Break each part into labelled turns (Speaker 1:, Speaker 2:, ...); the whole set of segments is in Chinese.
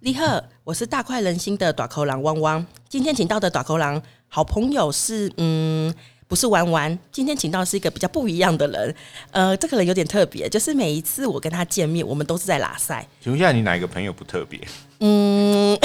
Speaker 1: 你好，我是大快人心的短口狼汪汪。今天请到的短口狼好朋友是，嗯，不是玩玩。今天请到是一个比较不一样的人，呃，这个人有点特别，就是每一次我跟他见面，我们都是在拉塞。
Speaker 2: 请问一下，你哪一个朋友不特别？
Speaker 1: 嗯，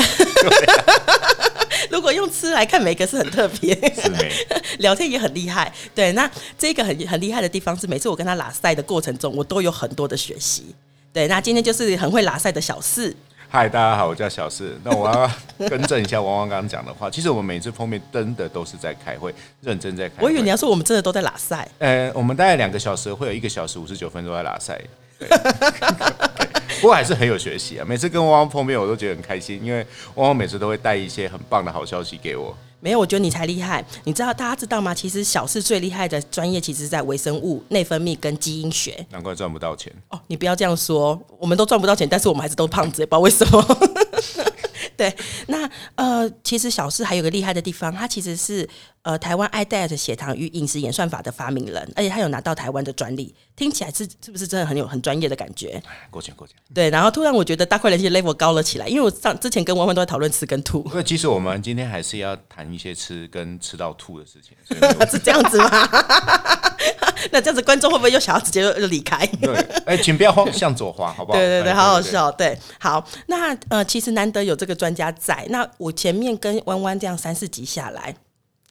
Speaker 1: 如果用吃来看，每个是很特别。
Speaker 2: 是没？
Speaker 1: 聊天也很厉害。对，那这个很很厉害的地方是，每次我跟他拉塞的过程中，我都有很多的学习。对，那今天就是很会拉塞的小事。
Speaker 2: 嗨，大家好，我叫小四。那我要更正一下王王刚刚讲的话，其实我们每次碰面真的都是在开会，认真在开会。
Speaker 1: 我以为你要说我们真的都在拉塞，
Speaker 2: 呃，我们大概两个小时会有一个小时五十九分钟在拉赛。对 不过还是很有学习啊！每次跟汪汪碰面，我都觉得很开心，因为汪汪每次都会带一些很棒的好消息给我。
Speaker 1: 没有，我觉得你才厉害。你知道大家知道吗？其实小四最厉害的专业，其实是在微生物、内分泌跟基因学。
Speaker 2: 难怪赚不到钱，
Speaker 1: 哦，你不要这样说，我们都赚不到钱，但是我们还是都胖子，也不知道为什么。 对，那呃，其实小四还有个厉害的地方，他其实是呃台湾爱戴尔的血糖与饮食演算法的发明人，而且他有拿到台湾的专利，听起来是是不是真的很有很专业的感觉？
Speaker 2: 哎过奖过奖。
Speaker 1: 对，然后突然我觉得大快人心的 level 高了起来，因为我上之前跟弯弯都在讨论吃跟吐，
Speaker 2: 不过其实我们今天还是要谈一些吃跟吃到吐的事情。所以没 有
Speaker 1: 是这样子吗？那这样子观众会不会又想要直接就就离开？
Speaker 2: 对，哎、请不要晃向左滑，好不好？
Speaker 1: 对对对，好好
Speaker 2: 对。
Speaker 1: 笑。对，好，那呃，其实难得有这个专家在。那我前面跟弯弯这样三四集下来，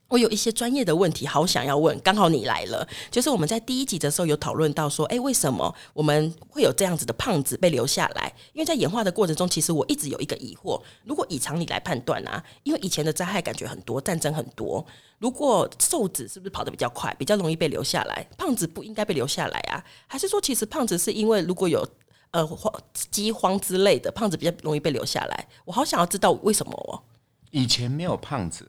Speaker 1: 我有一些专业的问题，好想要问。刚好你来了，就是我们在第一集的时候有讨论到说，哎，为什么我们会有这样子的胖子被留下来？因为在演化的过程中，其实我一直有一个疑惑：如果以常理来判断啊，因为以前的灾害感觉很多，战争很多，如果瘦子是不是跑得比较快，比较容易被留下来？胖子不应该被留下来啊？还是说，其实胖子是因为如果有呃荒饥荒之类的，胖子比较容易被留下来。我好想要知道为什么哦。
Speaker 2: 以前没有胖子，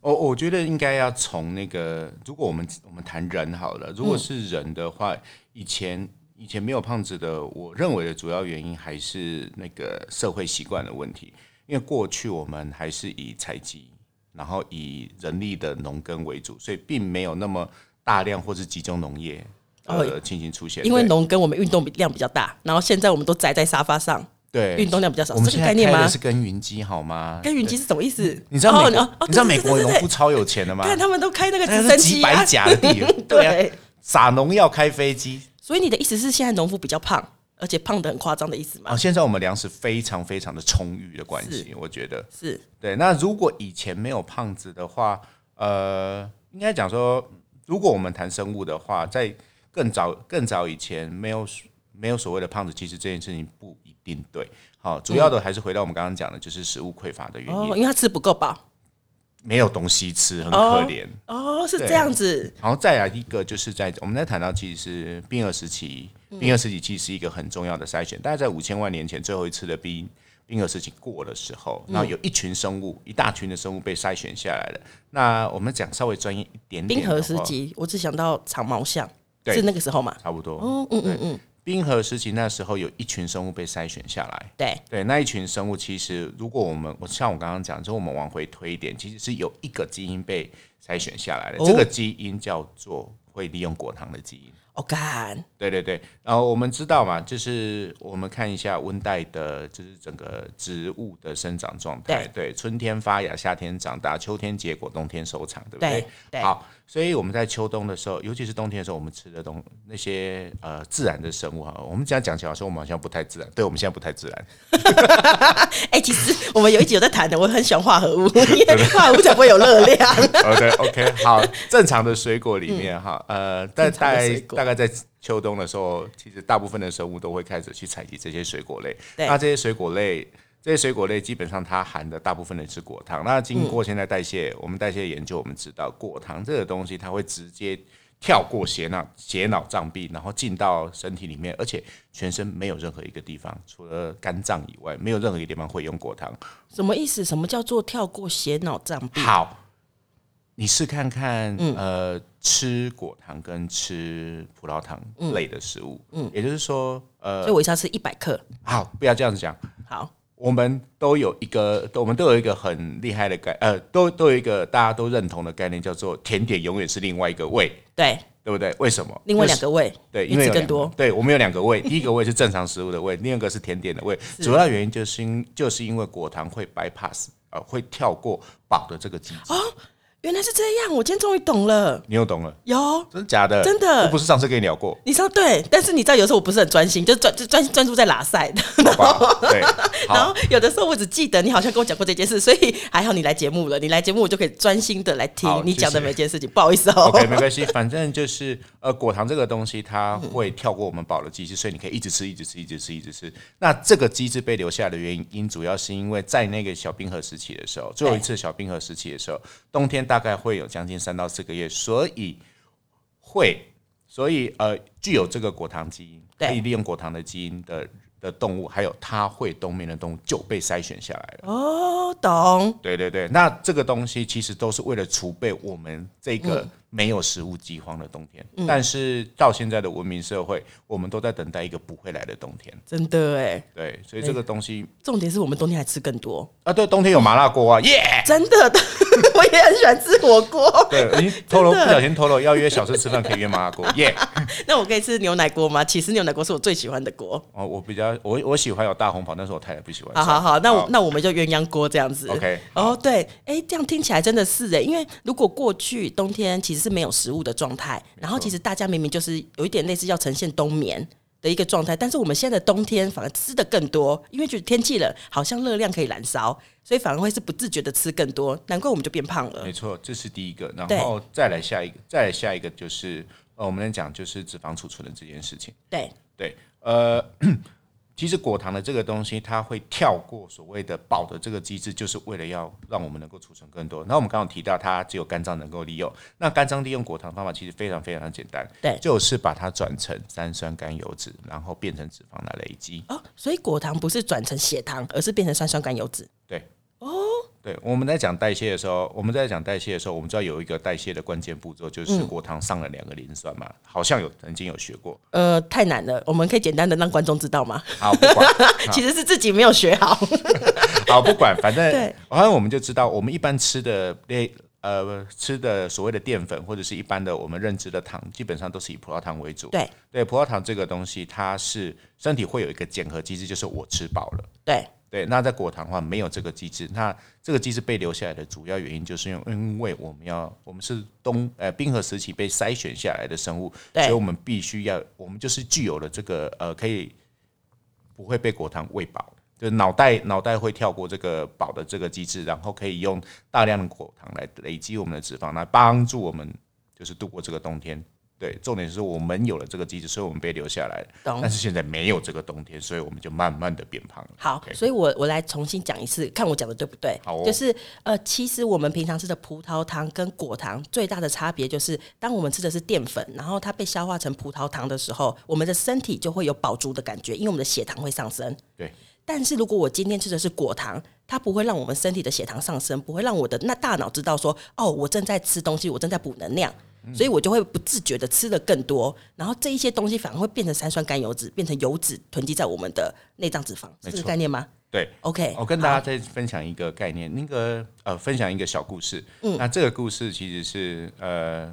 Speaker 2: 我我觉得应该要从那个，如果我们我们谈人好了，如果是人的话，以前以前没有胖子的，我认为的主要原因还是那个社会习惯的问题，因为过去我们还是以采集，然后以人力的农耕为主，所以并没有那么大量或是集中农业。
Speaker 1: 哦
Speaker 2: 呃，情形出现，
Speaker 1: 因为
Speaker 2: 对
Speaker 1: 农耕我们运动比量比较大，然后现在我们都宅在沙发上，
Speaker 2: 对
Speaker 1: 运动量比较少，
Speaker 2: 我们
Speaker 1: 是这
Speaker 2: 现
Speaker 1: 个
Speaker 2: 在
Speaker 1: 概念
Speaker 2: 开的
Speaker 1: 吗
Speaker 2: 是？耕耘机好吗？
Speaker 1: 耕耘机是什么意思？
Speaker 2: 你知道美国，
Speaker 1: 哦哦
Speaker 2: 你知道
Speaker 1: 对对
Speaker 2: 美国
Speaker 1: 对对
Speaker 2: 农
Speaker 1: 对
Speaker 2: 夫超有钱的吗？
Speaker 1: 看他们都开那 个
Speaker 2: 那
Speaker 1: 直
Speaker 2: 是
Speaker 1: 升
Speaker 2: 几
Speaker 1: 机
Speaker 2: 百
Speaker 1: 啊，
Speaker 2: 甲的地， 对
Speaker 1: 对
Speaker 2: 啊，撒农药开飞机。
Speaker 1: 所以你的意思是现在农夫比较胖，而且胖的很夸张的意思吗？
Speaker 2: 啊，现在我们粮食非常非常的充裕的关系，我觉得
Speaker 1: 是
Speaker 2: 对。那如果以前没有胖子的话，呃，应该讲说，如果我们谈生物的话，在更早更早以前没有没有所谓的胖子，其实这件事情不一定对。好，主要的还是回到我们刚刚讲的，就是食物匮乏的原
Speaker 1: 哦，
Speaker 2: 因，
Speaker 1: 因为他吃不够饱
Speaker 2: 没有东西吃，很可
Speaker 1: 哦
Speaker 2: 怜。
Speaker 1: 哦，是
Speaker 2: 对
Speaker 1: 这样子
Speaker 2: 然后再来一个，就是在我们在谈到其实是冰河时期，
Speaker 1: 嗯
Speaker 2: 冰河时期其实是一个很重要的筛选，大概在五千万年前最后一次的冰冰河时期过的时候，
Speaker 1: 嗯
Speaker 2: 然后有一群生物，一大群的生物被筛选下来了。那我们讲稍微专业一点点，
Speaker 1: 冰河时，期，我只想到长毛象，
Speaker 2: 对
Speaker 1: 是那个时候嘛？
Speaker 2: 差不多。
Speaker 1: 嗯嗯嗯嗯，
Speaker 2: 冰河时期那时候有一群生物被筛选下来，
Speaker 1: 对，
Speaker 2: 对那一群生物，其实如果我们我像我刚刚讲，就我们往回推一点，其实是有一个基因被筛选下来的，
Speaker 1: 哦
Speaker 2: 这个基因叫做会利用果糖的基因。
Speaker 1: 哦干，
Speaker 2: 对对对，然后我们知道嘛，就是我们看一下温带的，就是整个植物的生长状态，对，春天发芽，夏天长大，秋天结果，冬天收藏，对不对？
Speaker 1: 对对
Speaker 2: 好，所以我们在秋冬的时候，尤其是冬天的时候，我们吃的东那些呃自然的生物哈，我们这样讲起来，说我们好像不太自然，对，我们现在不太自然，
Speaker 1: 哎、其 实我们有一集有在谈的，我很喜欢化合物，因为化合物才不会有热量。
Speaker 2: 哦，对，OK，好，正常的水果里面哈，呃，但
Speaker 1: 嗯正常
Speaker 2: 大
Speaker 1: 的
Speaker 2: 概
Speaker 1: 水果
Speaker 2: 大概在秋冬的时候，其实大部分的生物都会开始去采集这些水果类。
Speaker 1: 对
Speaker 2: 那这些水果类，这些水果类基本上它含的大部分的是果糖。那经过现在代谢，我们代谢研究，我们知道果糖这个东西，它会直接跳过血脑血脑障壁，然后进到身体里面，而且全身没有任何一个地方，除了肝脏以外，没有任何一个地方会用果糖。
Speaker 1: 什么意思？什么叫做跳过血脑障壁？
Speaker 2: 好，你试看看，
Speaker 1: 嗯
Speaker 2: 呃，吃果糖跟吃葡萄糖类的食物，嗯，也就是说，呃，
Speaker 1: 所以我一下吃一百克。
Speaker 2: 好，不要这样子讲，
Speaker 1: 好，
Speaker 2: 我们都有一个，我们都有一个很厉害的概，呃，都都有一个大家都认同的概念，叫做甜点永远是另外一个味。
Speaker 1: 对，
Speaker 2: 对不对？为什么？
Speaker 1: 另外
Speaker 2: 为
Speaker 1: 两个胃，
Speaker 2: 对，
Speaker 1: 因
Speaker 2: 因为
Speaker 1: 此
Speaker 2: 有
Speaker 1: 更
Speaker 2: 两
Speaker 1: 多
Speaker 2: 个对我们有两 个胃，第一个胃是正常食物的胃，另一个是甜点的胃。主要原因就是因就是因为果糖会 bypass 呃，会跳过饱的这个机
Speaker 1: 哦
Speaker 2: 制。
Speaker 1: 原来是这样，我今天终于懂了。
Speaker 2: 你又懂了？
Speaker 1: 有，
Speaker 2: 真的假的？
Speaker 1: 真的，
Speaker 2: 我不是上次跟你聊过
Speaker 1: 你说对，但是你知道，有时候我不是很专心，就专就专专注在拉赛的。
Speaker 2: 好不好？ 对，
Speaker 1: 然
Speaker 2: 好
Speaker 1: 后，有的时候我只记得你好像跟我讲过这件事，所以还好你来节目了。你来节目，我就可以专心的来听
Speaker 2: 好
Speaker 1: 你讲的
Speaker 2: 谢谢
Speaker 1: 每件事情。不好意思哦，
Speaker 2: OK，没关系，反正就是呃，果糖这个东西它会跳过我们饱的机制，所以你可以一直吃，一直吃，一直吃，一直吃。那这个机制被留下来的原因，主要是因为在那个小冰河时期的时候，最后一次小冰河时期的时候，冬天大概会有将近三到四个月，所以会，所以呃，具有这个果糖基因，
Speaker 1: 对
Speaker 2: 可以利用果糖的基因的的动物，还有它会冬眠的动物就被筛选下来了。
Speaker 1: 哦，懂。
Speaker 2: 对对对，那这个东西其实都是为了储备我们这个
Speaker 1: 嗯
Speaker 2: 没有食物饥荒的冬天。但是到现在的文明社会，我们都在等待一个不会来的冬天。
Speaker 1: 真的哎，
Speaker 2: 对，所以这个东西、
Speaker 1: 重点是我们冬天还吃更多，
Speaker 2: 啊，对，冬天有麻辣锅啊，耶、
Speaker 1: 真的， 我也很喜欢吃火锅。
Speaker 2: 对，你透露不小心透露要约小吃吃饭可以约麻辣锅，耶、
Speaker 1: 那我可以吃牛奶锅吗？起司牛奶锅是我最喜欢的锅。
Speaker 2: 哦，我比较我我喜欢有大红袍，但是我太太不喜欢。
Speaker 1: 好好好，那我那我们就鸳鸯锅这样子。
Speaker 2: OK，
Speaker 1: 哦，对，哎，这样听起来真的是哎，因为如果过去冬天其实是没有食物的状态，然后其实大家明明就是有一点类似要呈现冬眠的一个状态，但是我们现在的冬天反而吃的更多，因为觉得天气冷，好像热量可以燃烧，所以反而会是不自觉的吃更多，难怪我们就变胖了
Speaker 2: 没。错，这是第一个，然
Speaker 1: 对
Speaker 2: 后再来下一个，再来下一个就是呃，我们在讲就是脂肪储存的这件事情。
Speaker 1: 对，
Speaker 2: 对，呃， 其实果糖的这个东西，它会跳过所谓的饱的这个机制，就是为了要让我们能够储存更多。那我们刚刚有提到，它只有肝脏能够利用。那肝脏利用果糖的方法其实非常非常的简单，
Speaker 1: 对
Speaker 2: 就是把它转成三酸甘油脂，然后变成脂肪来累积。
Speaker 1: 哦，所以果糖不是转成血糖，而是变成酸酸甘油脂。
Speaker 2: 对，哦，对，我们在讲代谢的时候，我们在讲代谢的时候，我们知道有一个代谢的关键步骤，就是果糖上了两个磷酸嘛，好像有曾经有学过。
Speaker 1: 呃，太难了，我们可以简单的让观众知道吗？
Speaker 2: 好，不管。
Speaker 1: 其实是自己没有学好。
Speaker 2: 好，哦不管，反正
Speaker 1: 对
Speaker 2: 反正我们就知道，我们一般吃的类呃吃的所谓的淀粉，或者是一般的我们认知的糖，基本上都是以葡萄糖为主。
Speaker 1: 对
Speaker 2: 对，葡萄糖这个东西，它是身体会有一个检核机制，就是我吃饱了。
Speaker 1: 对，
Speaker 2: 对，那在果糖的话没有这个机制，那这个机制被留下来的主要原因，就是因为因为我们要我们是冬呃冰河时期被筛选下来的生物，
Speaker 1: 对
Speaker 2: 所以我们必须要我们就是具有了这个呃可以不会被果糖喂饱，就是脑袋脑袋会跳过这个饱的这个机制，然后可以用大量的果糖来累积我们的脂肪，来帮助我们就是度过这个冬天。对，重点是我们有了这个机制，所以我们被留下来了。
Speaker 1: 懂
Speaker 2: 但是现在没有这个冬天，所以我们就慢慢的变胖了。
Speaker 1: 好
Speaker 2: OK
Speaker 1: 所以我我来重新讲一次，看我讲的对不对？
Speaker 2: 好哦
Speaker 1: 就是呃，其实我们平常吃的葡萄糖跟果糖最大的差别就是，当我们吃的是淀粉，然后它被消化成葡萄糖的时候，我们的身体就会有饱足的感觉，因为我们的血糖会上升。
Speaker 2: 对。
Speaker 1: 但是如果我今天吃的是果糖，它不会让我们身体的血糖上升，不会让我的那大脑知道说，哦，我正在吃东西，我正在补能量，
Speaker 2: 嗯
Speaker 1: 所以我就会不自觉的吃的更多，然后这一些东西反而会变成三酸甘油脂，变成油脂囤积在我们的内脏脂肪，是这
Speaker 2: 没
Speaker 1: 个
Speaker 2: 错
Speaker 1: 概念吗
Speaker 2: 对，
Speaker 1: ？OK，
Speaker 2: 我跟大家再分享一个概念，那个呃，分享一个小故事。嗯，那这个故事其实是呃，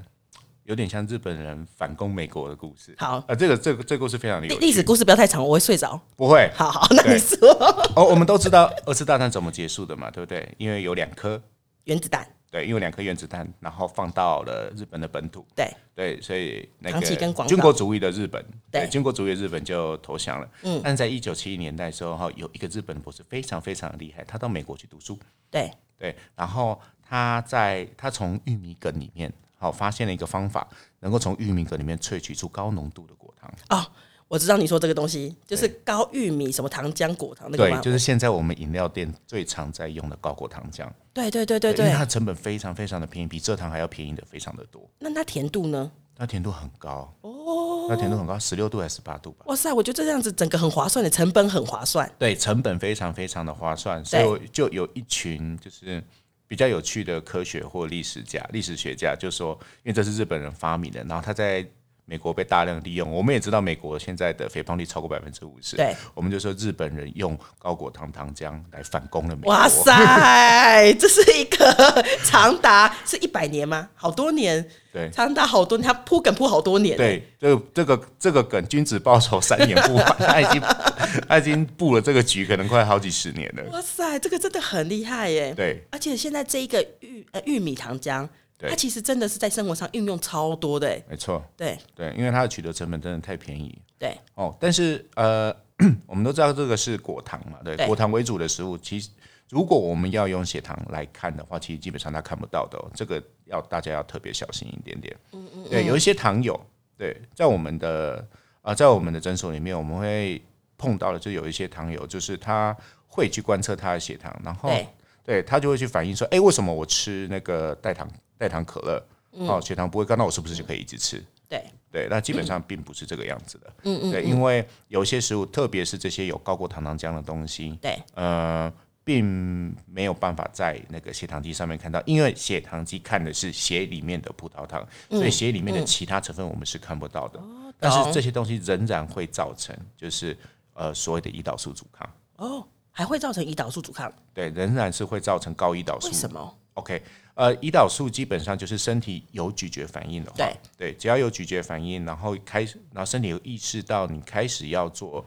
Speaker 2: 有点像日本人反攻美国的故事。
Speaker 1: 好
Speaker 2: 呃，这个这个这个故事非常的有
Speaker 1: 历
Speaker 2: 趣
Speaker 1: 历史故事不要太长，我会睡着。
Speaker 2: 不会
Speaker 1: 好好，那你
Speaker 2: 对
Speaker 1: 说
Speaker 2: 哦，我们都知道二次大战怎么结束的嘛，对不对？因为有两颗，
Speaker 1: 原子弹
Speaker 2: 对，因为有两颗原子弹，然后放到了日本的本土。
Speaker 1: 对
Speaker 2: 对，所以那
Speaker 1: 长崎跟
Speaker 2: 个
Speaker 1: 广岛
Speaker 2: 军国主义的日本，
Speaker 1: 对
Speaker 2: 军国主义的日本就投降了。嗯，但是在一九七一年代的时候，哈，有一个日本博士非常非常厉害，他到美国去读书。
Speaker 1: 对
Speaker 2: 对，然后他在他从玉米梗里面，好、发现了一个方法，能够从玉米梗里面萃取出高浓度的果糖。
Speaker 1: 哦，我知道你说这个东西就是高玉米什么糖浆果糖那个
Speaker 2: 对
Speaker 1: 吗，？
Speaker 2: 就是现在我们饮料店最常在用的高果糖浆。
Speaker 1: 对对对对
Speaker 2: 因
Speaker 1: 对
Speaker 2: 为，它成本非常非常的便宜，比蔗糖还要便宜的非常的多。
Speaker 1: 那它甜度呢？
Speaker 2: 它甜度很高哦，它甜度很高，十六度还是十八度吧？
Speaker 1: 哇塞，我觉得这样子整个很划算的，成本很划算。
Speaker 2: 对，成本非常非常的划算，所以我就有一群就是比较有趣的科学或历史家、历史学家就说，因为这是日本人发明的，然后他在美国被大量利用，我们也知道美国现在的肥胖率超过百分之五十，
Speaker 1: 对，
Speaker 2: 我们就说日本人用高果糖糖浆来反攻了美国。
Speaker 1: 哇 塞，这是一个长达是一百年吗？好多年，
Speaker 2: 对
Speaker 1: 长达好多年，他铺梗铺好多年。，
Speaker 2: 对，这个这个这个梗，君子报仇三年不晚， 他已经他已经布了这个局，可能快好几十年了。
Speaker 1: 哇塞，这个真的很厉害耶！
Speaker 2: 对
Speaker 1: 而且现在这一个玉呃玉米糖浆，
Speaker 2: 对
Speaker 1: 它其实真的是在生活上运用超多的耶。
Speaker 2: 没错，
Speaker 1: 对
Speaker 2: 对，因为它的取得成本真的太便宜
Speaker 1: 对
Speaker 2: 哦。但是呃， 我们都知道这个是果糖嘛，对，
Speaker 1: 对
Speaker 2: 果糖为主的食物，其实如果我们要用血糖来看的话，其实基本上它看不到的、哦，这个要大家要特别小心一点点。嗯嗯对，有一些糖友，对，在我们的啊、呃在我们的诊所里面，我们会碰到的，就有一些糖友，就是他会去观测他的血糖，然后
Speaker 1: 对
Speaker 2: 对他就会去反映说，哎、为什么我吃那个代糖代糖可乐，哦，血糖不会高，那我是不是就可以一直吃？
Speaker 1: 对
Speaker 2: 对，那基本上并不是这个样子的。嗯嗯。对，因为有些食物，特别是这些有高过糖糖浆的东西，
Speaker 1: 对，
Speaker 2: 呃，并没有办法在那个血糖机上面看到，因为血糖机看的是血里面的葡萄糖，所
Speaker 1: 嗯
Speaker 2: 以血里面的其他成分我们是看不到的。
Speaker 1: 哦
Speaker 2: 但是这些东西仍然会造成，就是呃所谓的胰岛素阻抗，
Speaker 1: 哦，还会造成胰岛素阻抗，
Speaker 2: 对，仍然是会造成高胰岛素
Speaker 1: 为什么？
Speaker 2: OK，呃，胰岛素基本上就是身体有咀嚼反应的话，
Speaker 1: 对
Speaker 2: 只要有咀嚼反应，然后开始，然后身体有意识到你开始要做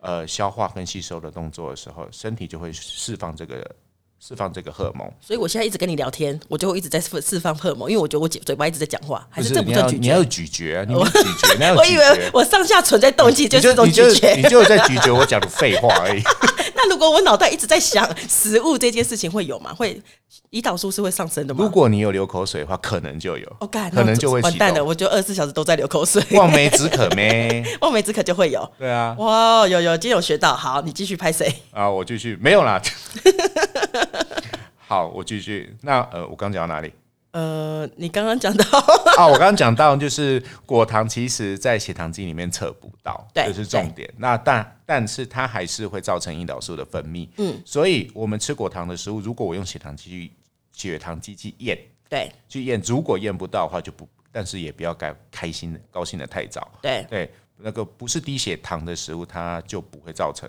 Speaker 2: 呃消化跟吸收的动作的时候，身体就会释放这个释放这个荷尔蒙。
Speaker 1: 所以我现在一直跟你聊天，我就会一直在释释放荷尔蒙，因为我觉得我嘴嘴巴一直在讲话，还
Speaker 2: 是
Speaker 1: 这
Speaker 2: 你
Speaker 1: 不
Speaker 2: 要
Speaker 1: 叫咀
Speaker 2: 你要
Speaker 1: 嚼？
Speaker 2: 咀嚼啊，你没有咀 嚼，你要有
Speaker 1: 我
Speaker 2: 咀
Speaker 1: 以为
Speaker 2: 嚼。
Speaker 1: 我上下唇在动气，
Speaker 2: 你
Speaker 1: 是一种
Speaker 2: 你
Speaker 1: 咀
Speaker 2: 就
Speaker 1: 嚼
Speaker 2: 你。就在咀嚼我讲的废话而已。
Speaker 1: 那如果我脑袋一直在想食物这件事情，会有吗？会胰岛素是会上升的
Speaker 2: 如
Speaker 1: 吗？
Speaker 2: 果你有流口水的话，可能就有，
Speaker 1: 哦，干，
Speaker 2: 可能
Speaker 1: 那
Speaker 2: 就会
Speaker 1: 完
Speaker 2: 启
Speaker 1: 蛋了。
Speaker 2: 动。
Speaker 1: 我就二十四小时都在流口水，
Speaker 2: 望梅止渴咩？
Speaker 1: 望梅止渴就会有。
Speaker 2: 对啊，
Speaker 1: 哇，有有，今天有学到。好，你继续拍谁？
Speaker 2: 啊，我继续没有啦。 好，我继续。那呃，我刚讲到哪里？
Speaker 1: 呃，你刚刚讲到，
Speaker 2: 啊，我刚刚讲到就是果糖，其实在血糖机里面测不到，
Speaker 1: 对
Speaker 2: 这是重点。那但但是它还是会造成胰岛素的分泌，嗯，所以我们吃果糖的食物，如果我用血糖机去血糖机去验
Speaker 1: 对
Speaker 2: 去验，如果验不到的话就不，但是也不要该开心的高兴的太早，
Speaker 1: 对
Speaker 2: 对，那个不是低血糖的食物，它就不会造成，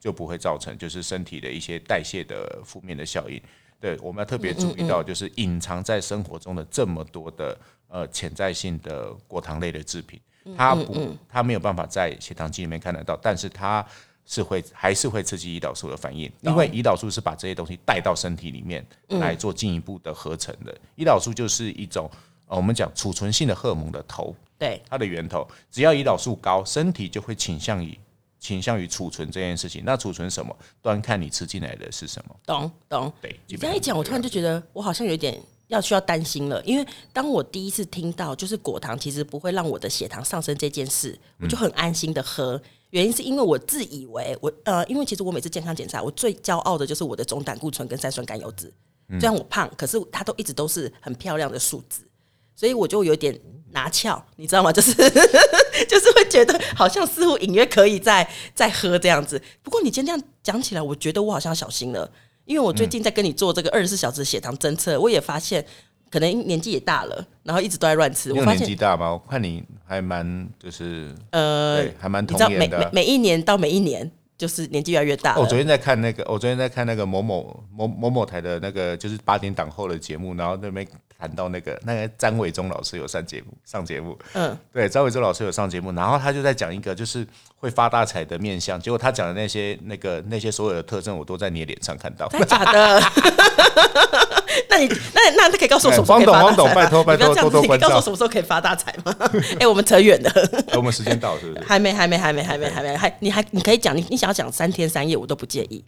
Speaker 2: 就不会造成就是身体的一些代谢的负面的效应。对，我们要特别注意到，就是隐藏在生活中的这么多的呃潜在性的果糖类的制品，它不，它没有办法在血糖机里面看得到，但是它是会还是会刺激胰岛素的反应，因为胰岛素是把这些东西带到身体里面来做进一步的合成的。胰岛素就是一种呃我们讲储存性的荷尔蒙的头，
Speaker 1: 对
Speaker 2: 它的源头，只要胰岛素高，身体就会倾向于倾向于储存这件事情。那储存什么，端看你吃进来的是什么。
Speaker 1: 懂懂。
Speaker 2: 对，基
Speaker 1: 你这样
Speaker 2: 本上啊
Speaker 1: 一讲，我突然就觉得我好像有点要需要担心了，因为当我第一次听到就是果糖其实不会让我的血糖上升这件事，我
Speaker 2: 嗯
Speaker 1: 就很安心的喝。原因是因为我自以为我呃，因为其实我每次健康检查，我最骄傲的就是我的总胆固醇跟三酸甘油脂。
Speaker 2: 嗯
Speaker 1: 虽然我胖，可是它都一直都是很漂亮的数字，所以我就有点拿翘，你知道吗？就是 就是会觉得好像似乎隐约可以再再喝这样子。不过你今天这样讲起来，我觉得我好像要小心了，因为我最近在跟你做这个二十四小时血糖侦测，我也发现可能年纪也大了，然后一直都在乱吃。
Speaker 2: 你
Speaker 1: 我
Speaker 2: 有
Speaker 1: 发
Speaker 2: 年
Speaker 1: 现
Speaker 2: 纪大吗？我看你还蛮就是
Speaker 1: 呃，
Speaker 2: 对，还蛮
Speaker 1: 你
Speaker 2: 童
Speaker 1: 知道每
Speaker 2: 颜的
Speaker 1: 每
Speaker 2: 啊。
Speaker 1: 每一年到每一年，就是年纪越来越大
Speaker 2: 哦
Speaker 1: 了。
Speaker 2: 我昨天在看那个，我昨天在看那个某某某某某台的那个，就是八点档后的节目，然后那边谈到那个那个张伟忠老师有上节目上节目，
Speaker 1: 嗯，
Speaker 2: 对，张伟洲老师有上节目，然后他就在讲一个就是会发大财的面相，结果他讲的那些那个那些所有的特征，我都在你的脸上看到。
Speaker 1: 真的假的？ 那你那那那可以告诉我什么时候可以发
Speaker 2: 哎
Speaker 1: 大财吗？
Speaker 2: 汪董汪董拜托拜托
Speaker 1: 你不要这样子
Speaker 2: 多多
Speaker 1: 你可以
Speaker 2: 关照
Speaker 1: 告诉我什么时候可以发大财吗？ 哎、我们扯远了，
Speaker 2: 我们时间到了是 不是？
Speaker 1: 还没，还没，还没，还没，还没，还你还你可以讲，你你想要讲三天三夜，我都不介意。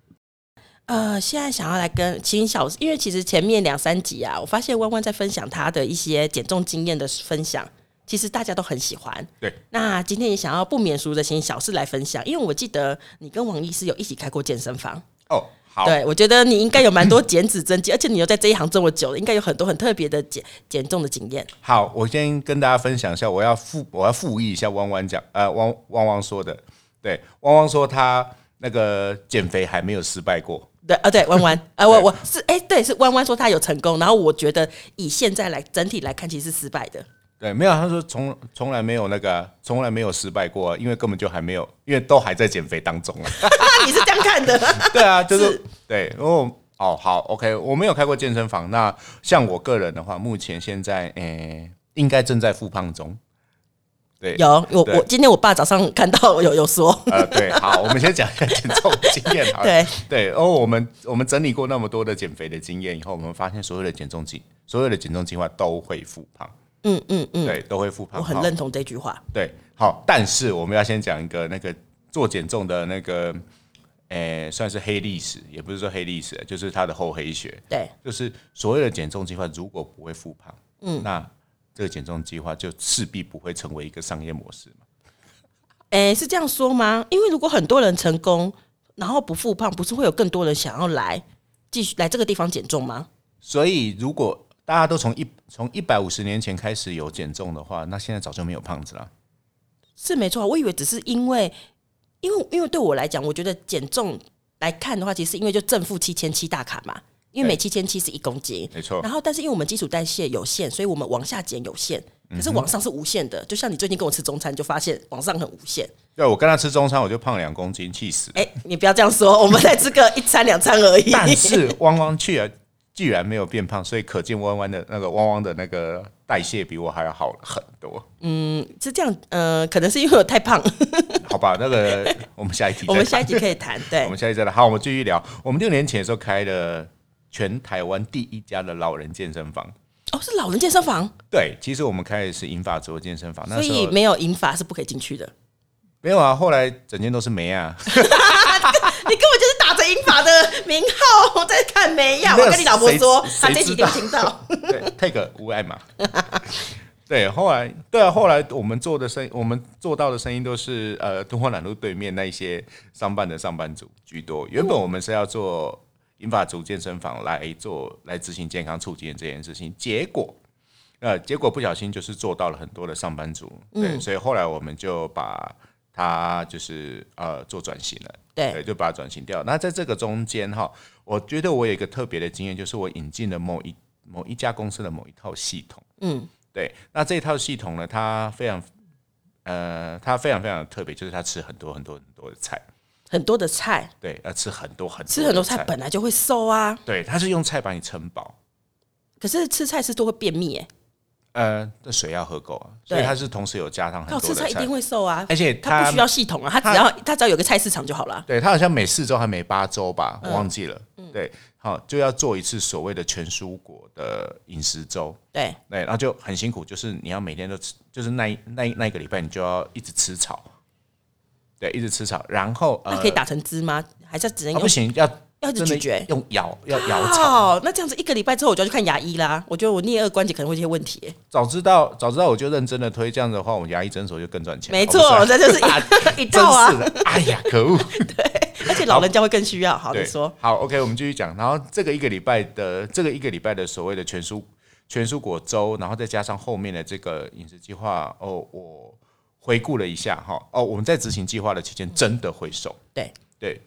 Speaker 1: 呃，现在想要来跟秦小，因为其实前面两三集啊，我发现弯弯在分享他的一些减重经验的分享，其实大家都很喜欢。
Speaker 2: 对，
Speaker 1: 那今天也想要不免俗的请小事来分享，因为我记得你跟王医师有一起开过健身房。
Speaker 2: 哦，好，
Speaker 1: 对，我觉得你应该有蛮多减脂增肌，而且你又在这一行这么久了，应该有很多很特别的减减重的经验。
Speaker 2: 好，我先跟大家分享一下，我要复我要复议一下汪汪讲，呃，汪汪汪说的，对，汪汪说他那个减肥还没有失败过，
Speaker 1: 对啊，对，弯弯， 啊，我我是哎、对，是弯弯说他有成功，然后我觉得以现在来整体来看，其实是失败的。
Speaker 2: 对，没有，他说从从来没有那个啊，从来没有失败过啊，因为根本就还没有，因为都还在减肥当中 啊。
Speaker 1: 那你是这样看 的？
Speaker 2: 对啊，就是
Speaker 1: 是
Speaker 2: 对，然后哦好，OK，我没有开过健身房。那像我个人的话，目前现在诶、应该正在复胖中。对，
Speaker 1: 有我
Speaker 2: 对
Speaker 1: 我今天我爸早上看到有有说，
Speaker 2: 呃，对，好，我们先讲一下减重经验好了。
Speaker 1: 对
Speaker 2: 对，然后我们我们整理过那么多的减肥的经验以后，我们发现所有的减重计，所有的减重计划都会复胖，
Speaker 1: 嗯嗯嗯，
Speaker 2: 对，都会复胖。
Speaker 1: 我很
Speaker 2: 好
Speaker 1: 认同这句话。
Speaker 2: 对，好，但是我们要先讲一个那个做减重的那个，诶、算是黑历史，也不是说黑历史，就是它的厚黑学，
Speaker 1: 对，
Speaker 2: 就是所谓的减重计划如果不会复胖，嗯，那这个减重计划就势必不会成为一个商业模式嘛。
Speaker 1: 哎、是这样说吗？因为如果很多人成功，然后不复胖，不是会有更多人想要来继续来这个地方减重吗？
Speaker 2: 所以如果大家都从一从一百五十年前开始有减重的话，那现在早就没有胖子了。
Speaker 1: 是没错，我以为只是因为，因为因为对我来讲，我觉得减重来看的话，其实因为就正负七千七大卡嘛，因为每七千七是一公斤，
Speaker 2: 没错
Speaker 1: 然后但是因为我们基础代谢有限，所以我们往下减有限，
Speaker 2: 嗯
Speaker 1: 可是往上是无限的。就像你最近跟我吃中餐，你就发现往上很无限。
Speaker 2: 对，我跟他吃中餐，我就胖两公斤，气死。
Speaker 1: 哎、你不要这样说，我们才吃个一餐两餐而已。
Speaker 2: 但是汪汪去啊，居然没有变胖，所以可见汪汪的那个汪汪的那个呃代谢比我还要好很多。
Speaker 1: 是这样，呃，可能是因为我太胖，
Speaker 2: 好吧，那个我们下一题再谈，
Speaker 1: 我们下一集可以谈。对
Speaker 2: 我，们下一集再来。好，我们继续聊。我们六年前的时候开了全台湾第一家的老人健身房。
Speaker 1: 哦，是老人健身房，
Speaker 2: 对，其实我们开的是银发族的健身房，那
Speaker 1: 所
Speaker 2: 时
Speaker 1: 以
Speaker 2: 候
Speaker 1: 没有银发是不可以进去的。
Speaker 2: 没有啊，后来整间都是梅啊。
Speaker 1: 你根本就是打着银发的名号在看美呀！
Speaker 2: 没
Speaker 1: 我
Speaker 2: 有
Speaker 1: 跟你老婆说，她
Speaker 2: 谁
Speaker 1: 这集
Speaker 2: 谁
Speaker 1: 一定
Speaker 2: 知道
Speaker 1: 听到。
Speaker 2: 对，take 无爱嘛。 对，后来对啊，后来我们做的生意，我们做到的生意都是呃东华南路对面那一些上班的上班族居多。原
Speaker 1: 嗯
Speaker 2: 本我们是要做银发族健身房来做来执行健康促进这件事情，结果呃结果不小心就是做到了很多的上班族，对，
Speaker 1: 嗯
Speaker 2: 所以后来我们就把它就是呃做转型了。
Speaker 1: 对，
Speaker 2: 对，就把它转型掉。那在这个中间哈，我觉得我有一个特别的经验，就是我引进了某一某一家公司的某一套系统。
Speaker 1: 嗯，
Speaker 2: 对，那这一套系统呢，它非常呃，它非常非常的特别，就是它吃很多很多很多的菜，
Speaker 1: 很多的菜，
Speaker 2: 对，要吃很多很多
Speaker 1: 吃很多
Speaker 2: 的
Speaker 1: 菜本来就会瘦啊，
Speaker 2: 对，它是用菜把你撑饱。
Speaker 1: 可是吃菜是都会便秘哎，
Speaker 2: 呃，这水要喝够啊，所以
Speaker 1: 对
Speaker 2: 它是同时有加上很
Speaker 1: 靠
Speaker 2: 多
Speaker 1: 吃
Speaker 2: 的
Speaker 1: 菜一定会瘦啊，
Speaker 2: 而且
Speaker 1: 他不
Speaker 2: 它
Speaker 1: 需要系统啊，他只要他只要有个菜市场就好了。
Speaker 2: 对他好像每四周还每八周吧，
Speaker 1: 嗯
Speaker 2: 我忘记了。对，好就要做一次所谓的全蔬果的饮食周。
Speaker 1: 对，
Speaker 2: 对，然后就很辛苦，就是你要每天都吃，就是那一那一那一个礼拜你就要一直吃草，对，一直吃草，然后呃，
Speaker 1: 那可以打成汁吗？还是只能
Speaker 2: 啊不
Speaker 1: 用？
Speaker 2: 行，要
Speaker 1: 要一直
Speaker 2: 真的
Speaker 1: 咀嚼
Speaker 2: 用咬要咬草。
Speaker 1: 哦，那这样子一个礼拜之后我就要去看牙医啦。我觉得我颞颌关节可能会有一些问题耶。
Speaker 2: 早知道早知道我就认真的推，这样子的话，我们牙医诊所就更赚钱。
Speaker 1: 没
Speaker 2: 哦
Speaker 1: 错，
Speaker 2: 不是
Speaker 1: 这就是
Speaker 2: 啊
Speaker 1: 一一
Speaker 2: 真
Speaker 1: 道啊
Speaker 2: 是，的，哎呀，可恶。
Speaker 1: 而且老人家会更需要。好，
Speaker 2: 对，
Speaker 1: 你说
Speaker 2: 好，OK，我们继续讲。然后这个一个礼拜的这个一个礼拜的所谓的全蔬全蔬果粥，然后再加上后面的这个饮食计划，哦，我回顾了一下哈，哦，我们在执行计划的期间真的会瘦，
Speaker 1: 对
Speaker 2: 对。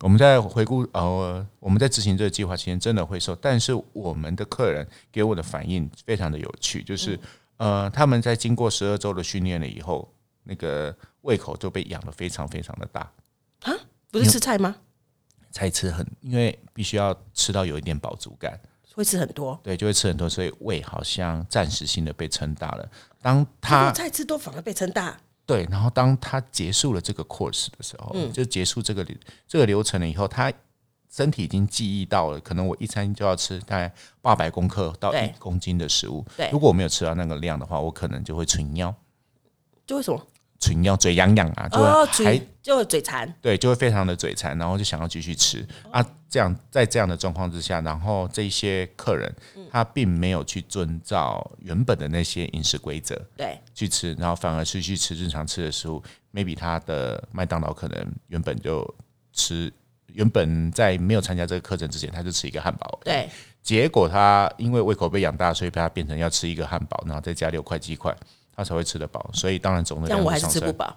Speaker 2: 我们在回顾呃，我们在执行这个计划期间真的会瘦，但是我们的客人给我的反应非常的有趣，就是、
Speaker 1: 嗯
Speaker 2: 呃，他们在经过十二周的训练了以后，那个胃口就被养得非常非常的大，
Speaker 1: 啊，不是吃菜吗？
Speaker 2: 才吃很，因为必须要吃到有一点饱足感，
Speaker 1: 会吃很多。
Speaker 2: 对，就会吃很多，所以胃好像暂时性的被撑大了。当
Speaker 1: 他
Speaker 2: 他
Speaker 1: 菜吃多反而被撑大，
Speaker 2: 对，然后当他结束了这个 course 的时候，
Speaker 1: 嗯
Speaker 2: 就结束这个流这个流程了以后，他身体已经记忆到了，可能我一餐就要吃大概八百公克到一
Speaker 1: 对
Speaker 2: 公斤的食物
Speaker 1: 对。
Speaker 2: 如果我没有吃到那个量的话，我可能就会唇腰、
Speaker 1: 就为什么？
Speaker 2: 唇腰、嘴痒痒啊，就
Speaker 1: 哦，
Speaker 2: 会还
Speaker 1: 嘴就嘴馋，
Speaker 2: 对，就会非常的嘴馋，然后就想要继续吃
Speaker 1: 哦
Speaker 2: 啊。这样在这样的状况之下，然后这些客人
Speaker 1: 嗯
Speaker 2: 他并没有去遵照原本的那些饮食规则
Speaker 1: 对，
Speaker 2: 去吃，然后反而是去吃日常吃的食物。maybe 他的麦当劳可能原本就吃，原本在没有参加这个课程之前，他就吃一个汉堡。，
Speaker 1: 对，
Speaker 2: 结果他因为胃口被养大，所以把他变成要吃一个汉堡，然后再加六块鸡块，他才会吃得饱。所以当然总的
Speaker 1: 这
Speaker 2: 量
Speaker 1: 样我
Speaker 2: 会
Speaker 1: 还是
Speaker 2: 上
Speaker 1: 吃
Speaker 2: 升
Speaker 1: 不饱。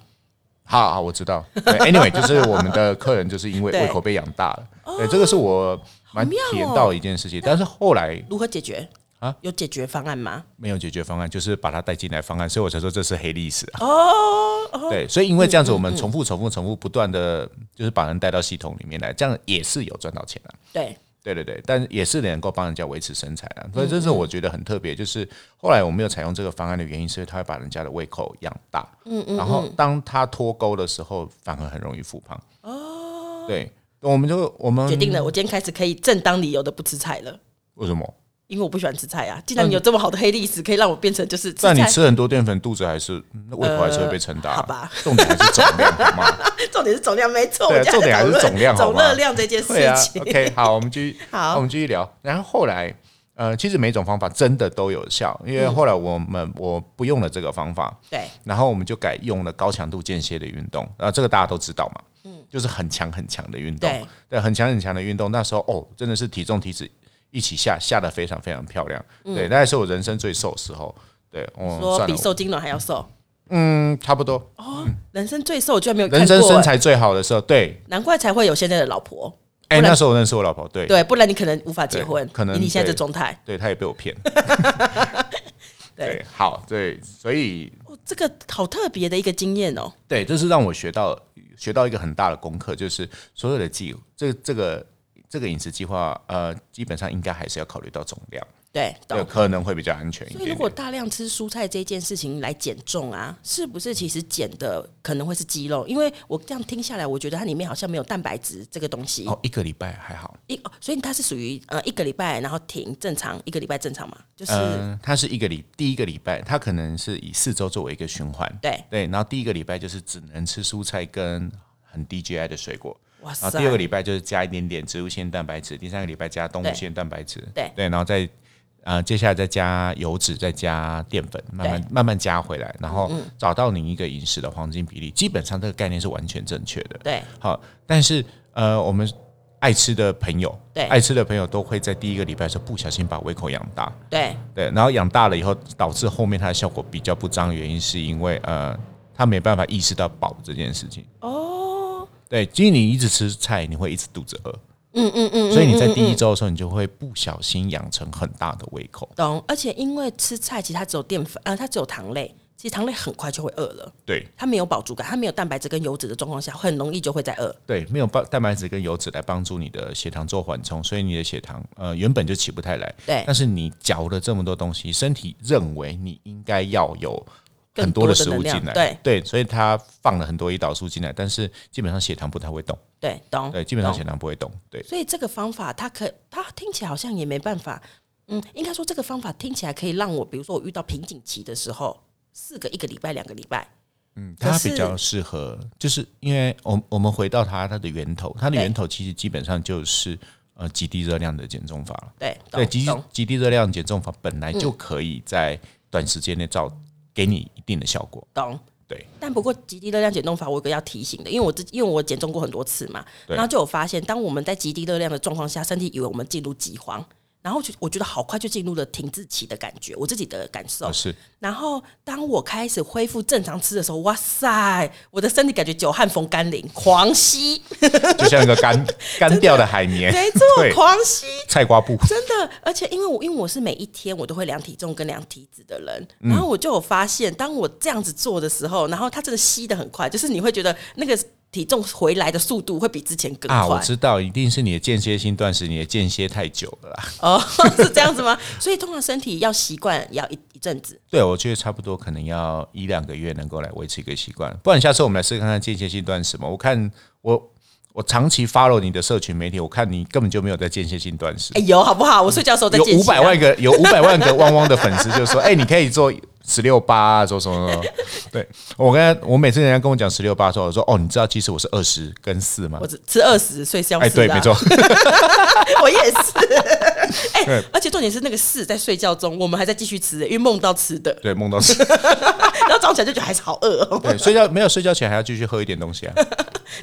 Speaker 2: 好好，我知道。对 Anyway，就是我们的客人就是因为
Speaker 1: 对哦
Speaker 2: 胃口被养大了，对，这个是我蛮
Speaker 1: 妙哦哦
Speaker 2: 体验到的一件事情。但是后来
Speaker 1: 如何解决？啊？有解决方案吗？
Speaker 2: 没有解决方案，就是把它带进来方案，所以我才说这是黑历史啊。
Speaker 1: 哦，哦嗯
Speaker 2: 对，所以因为这样子，我们重复、重复、重复，不断的就是把人带到系统里面来，这样也是有赚到钱的、啊
Speaker 1: 对，
Speaker 2: 对对对，但也是能够帮人家维持身材啊，所
Speaker 1: 嗯
Speaker 2: 以这是我觉得很特别。就是后来我没有采用这个方案的原因，是因为它会把人家的胃口养大，嗯嗯，然后当他脱钩的时候，反而很容易复胖。哦，对，我们就我们
Speaker 1: 决定了，我今天开始可以正当理由的不吃菜了。
Speaker 2: 为什么？
Speaker 1: 因为我不喜欢吃菜啊，既然你有这么好的黑历史，可以让我变成就是吃
Speaker 2: 嗯但你
Speaker 1: 菜，
Speaker 2: 吃很多淀粉，肚子还是嗯那胃口还是会被撑大、
Speaker 1: 呃
Speaker 2: 啊
Speaker 1: 好吧？
Speaker 2: 重点还是总量，好吗？
Speaker 1: 重点是总量没错，
Speaker 2: 对
Speaker 1: 我
Speaker 2: 啊
Speaker 1: 们
Speaker 2: 重点还是
Speaker 1: 在讨论
Speaker 2: 总量好
Speaker 1: 总
Speaker 2: 吗
Speaker 1: 热量这件事
Speaker 2: 对啊
Speaker 1: 情。
Speaker 2: ，OK，好，我们继续，
Speaker 1: 好
Speaker 2: 我们继续聊。然后后来，呃，其实每种方法真的都有效，因
Speaker 1: 嗯
Speaker 2: 为后来我们我不用了这个方法，
Speaker 1: 对
Speaker 2: 然后我们就改用了高强度间歇的运动，啊，这个大家都知道嘛，嗯，就是很强很强的运动，
Speaker 1: 对
Speaker 2: 很强很强的运动。那时候哦，真的是体重体脂一起下，下的非常非常漂亮，对，那是我人生最瘦的时候。对，我、
Speaker 1: 嗯说
Speaker 2: 哦算
Speaker 1: 比
Speaker 2: 了，
Speaker 1: 受精卵还要瘦，
Speaker 2: 嗯，差不多，
Speaker 1: 人生最瘦，我居然没有看
Speaker 2: 人
Speaker 1: 过、
Speaker 2: 生身
Speaker 1: 欸，
Speaker 2: 材最好的时候，对，
Speaker 1: 难怪才会有现在的老婆。
Speaker 2: 哎、
Speaker 1: 不然
Speaker 2: 那时候我认识我老婆，对，
Speaker 1: 对，不然你可能无法结
Speaker 2: 对
Speaker 1: 婚，
Speaker 2: 可能
Speaker 1: 以你现在
Speaker 2: 对
Speaker 1: 这状态。
Speaker 2: 对，她也被我骗，
Speaker 1: 对
Speaker 2: 对，好，对，所以
Speaker 1: 哦，这个好特别的一个经验哦。
Speaker 2: 对，这是让我学到学到一个很大的功课，就是所有的计这这个这个饮食计划，呃，基本上应该还是要考虑到总量，
Speaker 1: 对，懂
Speaker 2: 对，。可能会比较安全一
Speaker 1: 所以，如
Speaker 2: 点
Speaker 1: 果
Speaker 2: 点。
Speaker 1: 大量吃蔬菜这件事情来减重啊，是不是其实减的可能会是肌肉？因为我这样听下来，我觉得它里面好像没有蛋白质这个东西。
Speaker 2: 哦，一个礼拜还好，
Speaker 1: 一，哦所以它是属于呃一个礼拜，然后停正常，一个礼拜正常嘛，就是、
Speaker 2: 嗯，它是一个礼第一个礼拜，它可能是以四周作为一个循环，
Speaker 1: 对。
Speaker 2: 对，然后第一个礼拜就是只能吃蔬菜跟很 DGI 的水果，
Speaker 1: 哇塞
Speaker 2: 然啊后！第二个礼拜就是加一点点植物性蛋白质，第三个礼拜加动物性蛋白质，
Speaker 1: 对
Speaker 2: 对，然后再呃接下来再加油脂，再加淀粉，慢慢慢慢加回来，然后
Speaker 1: 嗯
Speaker 2: 找到你一个饮食的黄金比例，基本上这个概念是完全正确的。
Speaker 1: 对
Speaker 2: 好，但是呃，我们爱吃的朋友，
Speaker 1: 对
Speaker 2: 爱吃的朋友都会在第一个礼拜的时候不小心把胃口养大，
Speaker 1: 对
Speaker 2: 对，然后养大了以后，导致后面它的效果比较不彰，原因是因为呃，他没办法意识到饱这件事情。
Speaker 1: 哦，
Speaker 2: 对，因为你一直吃菜，你会一直肚子饿。嗯嗯嗯，所以你在第一周的时候，你就会不小心养成很大的胃口。
Speaker 1: 懂。而且因为吃菜，其实它只有淀粉，呃，它只有糖类，其实糖类很快就会饿了，
Speaker 2: 对
Speaker 1: 它没有饱足感，它没有蛋白质跟油脂的状况下，很容易就会再饿。
Speaker 2: 对，没有蛋蛋白质跟油脂来帮助你的血糖做缓冲，所以你的血糖呃原本就起不太来。
Speaker 1: 对
Speaker 2: 但是你嚼了这么多东西，身体认为你应该要有
Speaker 1: 更
Speaker 2: 很
Speaker 1: 多
Speaker 2: 多
Speaker 1: 的
Speaker 2: 的食
Speaker 1: 能
Speaker 2: 物进
Speaker 1: 量
Speaker 2: 来，
Speaker 1: 对
Speaker 2: 所以它放了很多胰岛素进来，但是基本上血糖不太会动，
Speaker 1: 对，懂。
Speaker 2: 对，基本上
Speaker 1: 懂
Speaker 2: 血糖不会动，对。
Speaker 1: 所以这个方法，它可它听起来好像也没办法，嗯，应该说这个方法听起来可以让我，比如说我遇到瓶颈期的时候，四个一个礼拜、两个礼拜，可
Speaker 2: 它
Speaker 1: 是
Speaker 2: 比较适合，就是因为我我们回到它它的源头，它的
Speaker 1: 对
Speaker 2: 源头其实基本上就是呃极低热量的减重法了。
Speaker 1: 对，懂
Speaker 2: 对，极
Speaker 1: 懂
Speaker 2: 极低热量减重法本来就可以在短时间内造给你一定的效果。
Speaker 1: 懂。
Speaker 2: 对，
Speaker 1: 但不过极低热量减重法，我有个要提醒的，因为我自因为我减重过很多次嘛，
Speaker 2: 对
Speaker 1: 然后就有发现，当我们在极低热量的状况下，身体以为我们进入饥荒，然后就我觉得好快就进入了停滞期的感觉，我自己的感受
Speaker 2: 呃。是
Speaker 1: 然后当我开始恢复正常吃的时候，哇塞，我的身体感觉久旱逢甘霖，狂吸，
Speaker 2: 就像一个干干掉的海绵，
Speaker 1: 没
Speaker 2: 对
Speaker 1: 错，狂吸。
Speaker 2: 菜瓜布。
Speaker 1: 真的，而且因为我因为我是每一天我都会量体重跟量体脂的人，
Speaker 2: 嗯
Speaker 1: 然后我就有发现，当我这样子做的时候，然后它真的吸的很快，就是你会觉得那个体重回来的速度会比之前更快。
Speaker 2: 啊，我知道，一定是你的间歇性断食，你的间歇太久了啦。
Speaker 1: 哦， 是这样子吗？所以通常身体要习惯也要一一阵子。
Speaker 2: 对，我觉得差不多可能要一两个月能够来维持一个习惯，不然下次我们来试看看间歇性断食嘛。我看我我长期 follow 你的社群媒体，我看你根本就没有在间歇性断食
Speaker 1: 哎、，有好不好？我睡觉的时候在
Speaker 2: 有
Speaker 1: 间
Speaker 2: 五
Speaker 1: 歇啊
Speaker 2: 百万个有五百万个汪汪的粉丝就说，哎、你可以做十六八啊，做什 么什么？对我跟他我每次人家跟我讲十六八的时候，我说哦，你知道其实我是二十跟四吗
Speaker 1: 我？只吃二十，所以是要
Speaker 2: 哎，
Speaker 1: 四
Speaker 2: 对，
Speaker 1: 的啊
Speaker 2: 没错，
Speaker 1: 我也 是。哎、而且重点是那个四在睡觉中，我们还在继续吃、因为梦到吃的，
Speaker 2: 对，梦到是，
Speaker 1: 然后早上起来就觉得还是好饿、哦。
Speaker 2: 对，睡觉没有睡觉前还要继续喝一点东西啊。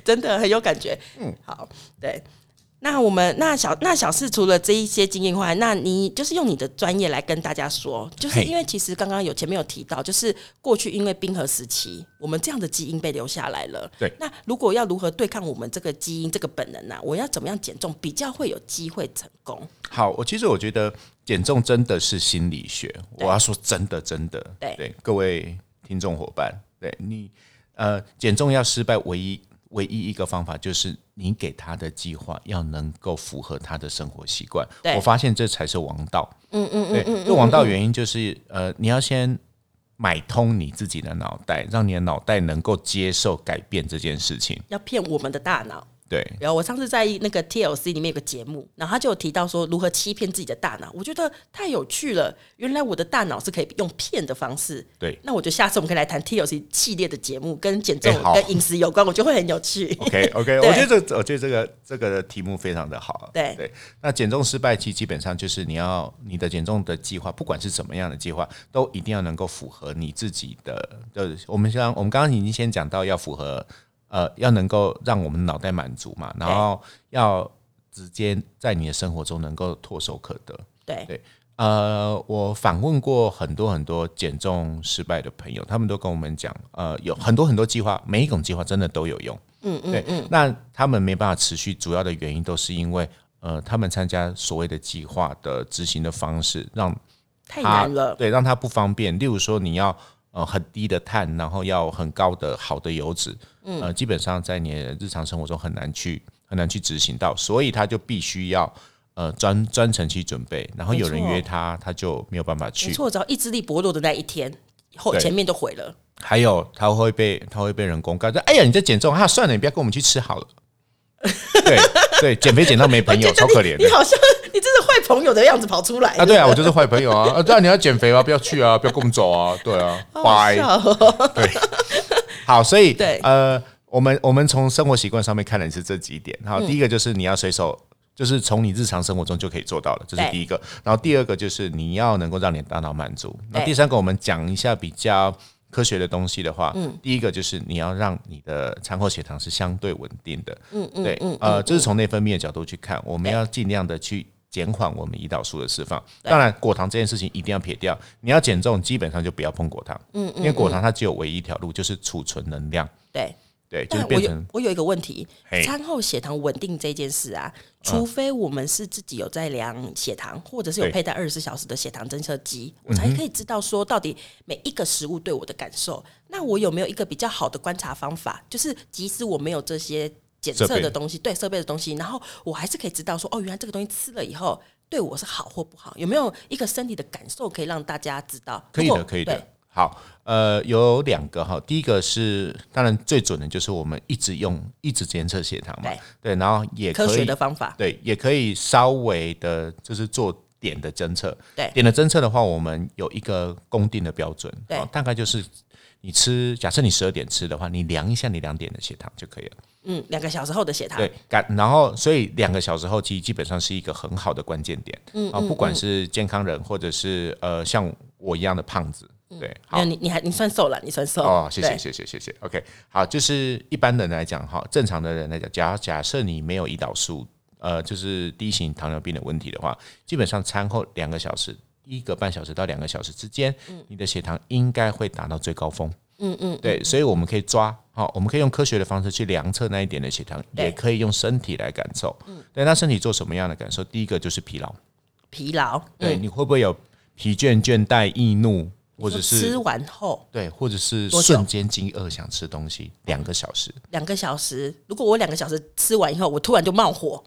Speaker 1: 真的很有感觉。嗯，好，对。那我们那小那小四除了这一些经验外，那你就是用你的专业来跟大家说，就是
Speaker 2: 嘿
Speaker 1: 因为其实刚刚有前面有提到，就是过去因为冰河时期，我们这样的基因被留下来了。
Speaker 2: 对
Speaker 1: 那如果要如何对抗我们这个基因这个本能呢、我要怎么样减重比较会有机会成功？
Speaker 2: 好，我其实我觉得减重真的是心理学，
Speaker 1: 对
Speaker 2: 我要说真的真的，
Speaker 1: 对
Speaker 2: 各位听众伙伴，对你呃减重要失败，唯一唯一一个方法就是你给他的计划要能够符合他的生活习惯
Speaker 1: 对。
Speaker 2: 我发现这才是王道，嗯嗯嗯对，这王道原因就是呃你要先。买通你自己的脑袋，让你的脑袋能够接受改变这件事情。
Speaker 1: 要骗我们的大脑。
Speaker 2: 对，
Speaker 1: 然后我上次在那个 TLC 里面有个节目，然后他就有提到说如何欺骗自己的大脑，我觉得太有趣了。原来我的大脑是可以用骗的方式。
Speaker 2: 对
Speaker 1: 那我觉得下次我们可以来谈 TLC 系列的节目，跟减重、
Speaker 2: 哎好
Speaker 1: 跟饮食有关，我觉得会很有趣。
Speaker 2: OK OK，
Speaker 1: 对
Speaker 2: 我觉得这我觉得这个这个题目非常的好。啊
Speaker 1: 对
Speaker 2: 对，那减重失败期基本上就是你要你的减重的计划，不管是怎么样的计划，都一定要能够符合你自己的。呃，我们像我们刚刚已经先讲到要符合，呃，要能够让我们脑袋满足嘛，然后要直接在你的生活中能够唾手可得。
Speaker 1: 对
Speaker 2: 对呃，我访问过很多很多减重失败的朋友，他们都跟我们讲，呃，有很多很多计划，每一种计划真的都有用。嗯嗯，对。那他们没办法持续，主要的原因都是因为，呃，他们参加所谓的计划的执行的方式，让
Speaker 1: 太
Speaker 2: 他
Speaker 1: 难了。
Speaker 2: 对，让他不方便。例如说，你要呃很低的碳，然后要很高的好的油脂，
Speaker 1: 嗯
Speaker 2: 呃，基本上在你的日常生活中很难去很难去执行到，所以他就必须要呃专专程去准备，然后
Speaker 1: 没
Speaker 2: 有人
Speaker 1: 错
Speaker 2: 约他，他就没有办法
Speaker 1: 没
Speaker 2: 去。
Speaker 1: 错，只要意志力薄弱的那一天，后
Speaker 2: 对
Speaker 1: 前面都毁了。
Speaker 2: 还有他会被他会被人公告，说哎呀你在减重，啊算了，你不要跟我们去吃好了。 对对，减肥减到没 朋友，超可怜
Speaker 1: 哎你
Speaker 2: 的。
Speaker 1: 好像你真的坏朋友的样子跑出来
Speaker 2: 啊，对啊，我就是坏朋友啊！啊，对啊，你要减肥啊，不要去啊，不要跟我们走啊，对啊，
Speaker 1: 好
Speaker 2: 拜。
Speaker 1: 笑哦
Speaker 2: 好，所以
Speaker 1: 对
Speaker 2: 呃，我们我们从生活习惯上面看的是这几点。好，第一个就是你要随手，就是从你日常生活中就可以做到了，这是
Speaker 1: 对
Speaker 2: 第一个。然后第二个就是你要能够让你的大脑满足。那
Speaker 1: 对
Speaker 2: 第三个，我们讲一下比较。科学的东西的话，嗯，第一个就是你要让你的餐后血糖是相对稳定的，嗯嗯，对，呃，这是从内分泌的角度去看，我们要尽量的去减缓我们胰岛素的释放。当然，果糖这件事情一定要撇掉，你要减重基本上就不要碰果糖，嗯，因为果糖它只有唯一一条路就是储存能量，
Speaker 1: 对，
Speaker 2: 对，就
Speaker 1: 但
Speaker 2: 是
Speaker 1: 我
Speaker 2: 变
Speaker 1: 有
Speaker 2: 成
Speaker 1: 我有一个问题
Speaker 2: 嘿，嗯
Speaker 1: 餐后血糖稳定这件事啊，除非我们是自己有在量血糖，或者是有
Speaker 2: 对嗯
Speaker 1: 佩戴二十四小时的血糖侦测机，我才可以知道说到底每一个食物对我的感受。那我有没有一个比较好的观察方法？就是即使我没有这些检测
Speaker 2: 设备
Speaker 1: 的东西，对设备的东西，然后我还是可以知道说，哦，原来这个东西吃了以后。对我是好或不好，有没有一个身体的感受可以让大家知道？
Speaker 2: 可以
Speaker 1: 如
Speaker 2: 的，
Speaker 1: 果
Speaker 2: 可以
Speaker 1: 对
Speaker 2: 的。好，呃，有两个哈，第一个是当然最准的就是我们一直用一直监测血糖嘛，对，然后也
Speaker 1: 科
Speaker 2: 可
Speaker 1: 学
Speaker 2: 以
Speaker 1: 的方法，
Speaker 2: 对，也可以稍微的，就是做点的侦测。
Speaker 1: 对
Speaker 2: 点的侦测的话，我们有一个公定的标准，
Speaker 1: 对
Speaker 2: 哦大概就是你吃，假设你十二点吃的话，你量一下你两点的血糖就可以了。
Speaker 1: 嗯，两个小时后的血糖，
Speaker 2: 对，感然后所以两个小时后其实基本上是一个很好的关键点，嗯啊，不管是健康人或者是呃像我一样的胖子，对，
Speaker 1: 没
Speaker 2: 好
Speaker 1: 有。你，你还你算瘦了，你算瘦
Speaker 2: 哦，谢
Speaker 1: 对
Speaker 2: 谢谢谢谢谢，OK，好，就是一般人来讲哈，正常的人来讲，假假设你没有胰岛素，呃，就是低型糖尿病的问题的话，基本上餐后两个小时，一个半小时到两个小时之间，你的血糖应该会达到最高峰。嗯嗯嗯，对，所以我们可以抓，好、我们可以用科学的方式去量测那一点的血糖，
Speaker 1: 对
Speaker 2: 也可以用身体来感受。对，那身体做什么样的感受？第一个就是疲劳，
Speaker 1: 疲劳，
Speaker 2: 对，你会不会有疲倦、倦怠、易怒，或者是
Speaker 1: 吃完后
Speaker 2: 对，或者是
Speaker 1: 多久
Speaker 2: 瞬间饥饿想吃东西，两个小时，
Speaker 1: 两个小时，如果我两个小时吃完以后，我突然就冒火，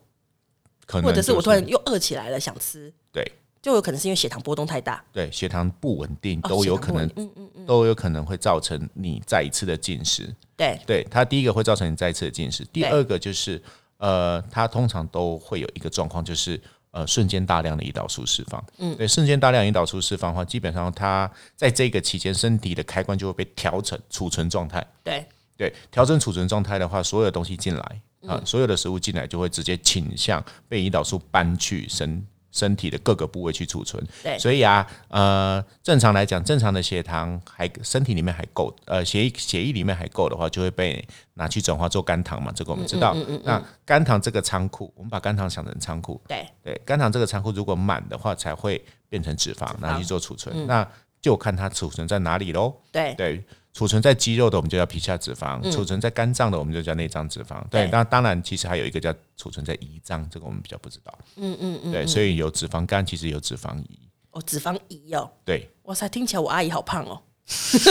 Speaker 2: 可能、
Speaker 1: 或
Speaker 2: 就
Speaker 1: 者是我突然又饿起来了，想吃，
Speaker 2: 对
Speaker 1: 就有可能是因为血糖波动太大，
Speaker 2: 对血糖不稳定
Speaker 1: 哦
Speaker 2: 都有
Speaker 1: 血糖
Speaker 2: 可
Speaker 1: 不稳嗯
Speaker 2: 能，都有可能会造成你再一次的进食。
Speaker 1: 对
Speaker 2: 对，它第一个会造成你再一次的进食，第
Speaker 1: 对
Speaker 2: 二个就是呃，它通常都会有一个状况就是。呃，瞬间大量的胰岛素释放，嗯，对，瞬间大量胰岛素释放的话，基本上它在这个期间，身体的开关就会被调整储存状态，
Speaker 1: 对
Speaker 2: 对，调整储存状态的话，所有的东西进来啊，所有的食物进来就会直接倾向被胰岛素搬去身身体的各个部位去储存。
Speaker 1: 对
Speaker 2: 所以啊，呃，正常来讲，正常的血糖还身体里面还够，呃，血液血液里面还够的话，就会被拿去转化做肝糖嘛。这个我们知道。那肝糖这个仓库，我们把肝糖想成仓库，
Speaker 1: 对，
Speaker 2: 对，肝糖这个仓库如果满的话，才会变成脂肪，拿去做储存。那就看它储存在哪里喽。
Speaker 1: 对，
Speaker 2: 对，储存在肌肉的我们就叫皮下脂肪，储存在肝脏的我们就叫内脏脂肪。嗯对
Speaker 1: 对，
Speaker 2: 那当然其实还有一个叫储存在胰脏，这个我们比较不知道。
Speaker 1: 嗯嗯嗯，
Speaker 2: 对，所以有脂肪肝，其实有脂肪胰。
Speaker 1: 哦，脂肪移哦，
Speaker 2: 对
Speaker 1: 哇塞，听起来我阿姨好胖哦，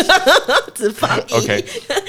Speaker 1: 脂肪移
Speaker 2: ，OK，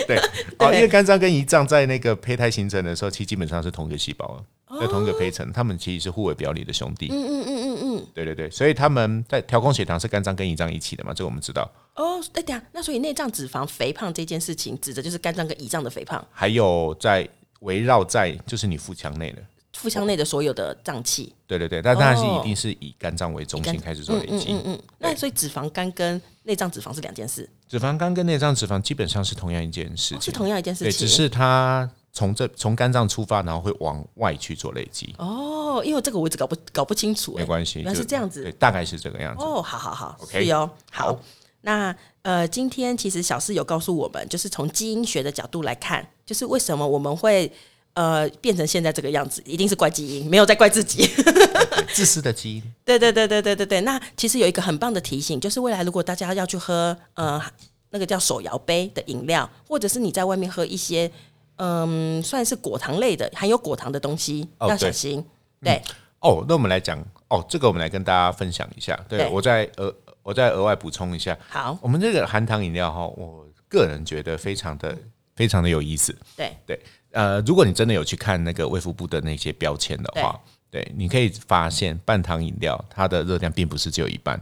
Speaker 2: 对， 哦，因为肝脏跟胰脏在那个胚胎形成的时候，其实基本上是同一个细胞啊，在同一个胚层，它们其实是互为表里的兄弟。嗯嗯嗯嗯嗯，对对对，所以他们在调控血糖是肝脏跟胰脏一起的嘛，这个我们知道。
Speaker 1: 哦，哎，等一下，那所以内脏脂肪肥胖这件事情，指的就是肝脏跟胰脏的肥胖，
Speaker 2: 还有在围绕在就是你腹腔内的。
Speaker 1: 腹腔内的所有的脏器。
Speaker 2: 对对对，但当然是
Speaker 1: 哦
Speaker 2: 一定是以肝脏为中
Speaker 1: 肝嗯
Speaker 2: 心开始做累积。
Speaker 1: 那所以脂肪肝跟内脏脂肪是两件事，
Speaker 2: 脂肪肝跟内脏脂肪基本上是同样一件事
Speaker 1: 哦是
Speaker 2: 情，
Speaker 1: 同样一件事
Speaker 2: 嗯对，只
Speaker 1: 情。
Speaker 2: 是它从这从肝脏出发，然后会往外去做累积，
Speaker 1: 哦，因为这个我一直搞不搞不清楚、哎
Speaker 2: 没关系，
Speaker 1: 原来
Speaker 2: 就是
Speaker 1: 这样子
Speaker 2: 对，大概是这个样子。
Speaker 1: 哦，好好好
Speaker 2: OK
Speaker 1: 是哦，好。
Speaker 2: 好
Speaker 1: 那呃，今天其实小四有告诉我们，就是从基因学的角度来看，就是为什么我们会呃变成现在这个样子，一定是怪基因，没有在怪自己。
Speaker 2: 对自私的基因，
Speaker 1: 对对对对对对对。那其实有一个很棒的提醒，就是未来如果大家要去喝呃那个叫手摇杯的饮料，或者是你在外面喝一些嗯算是果糖类的含有果糖的东西，
Speaker 2: 哦
Speaker 1: 要小
Speaker 2: 对
Speaker 1: 心。对，
Speaker 2: 哦，那我们来讲哦，这个我们来跟大家分享一下。对
Speaker 1: 对
Speaker 2: 我再额我再额外补充一下，
Speaker 1: 好，
Speaker 2: 我们这个含糖饮料哈，我个人觉得非常的非常的有意思。
Speaker 1: 对
Speaker 2: 对，呃，如果你真的有去看那个卫福部的那些标签的话，对，你可以发现半糖饮料它的热量并不是只有一半。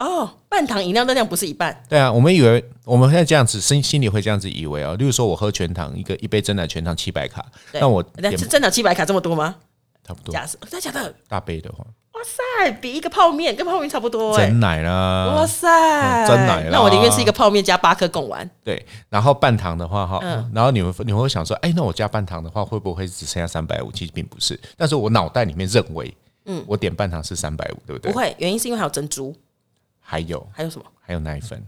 Speaker 1: 哦，半糖饮料热量不是一半，
Speaker 2: 对啊，我们以为我们现在这样子心心里会这样子以为哦，例如说我喝全糖一个一杯真奶全糖七百卡，
Speaker 1: 对
Speaker 2: 那我
Speaker 1: 那
Speaker 2: 也
Speaker 1: 是真的七百卡这么多吗？
Speaker 2: 差不多
Speaker 1: 假设真的假的？
Speaker 2: 大杯的话，
Speaker 1: 哇塞，比一个泡面跟泡面差不多哎、
Speaker 2: 真奶
Speaker 1: 哇
Speaker 2: 啦，
Speaker 1: 塞，
Speaker 2: 嗯真奶啦
Speaker 1: 那我宁愿吃一个泡面加八颗贡丸。
Speaker 2: 对，然后半糖的话哈，
Speaker 1: 嗯
Speaker 2: 然后你们你会想说，哎，那我加半糖的话会不会只剩下三百五？其实并不是，但是我脑袋里面认为，嗯，我点半糖是三百五，对不
Speaker 1: 不
Speaker 2: 对？
Speaker 1: 会，原因是因为还有珍珠，
Speaker 2: 还有
Speaker 1: 还有什么？
Speaker 2: 还有奶粉，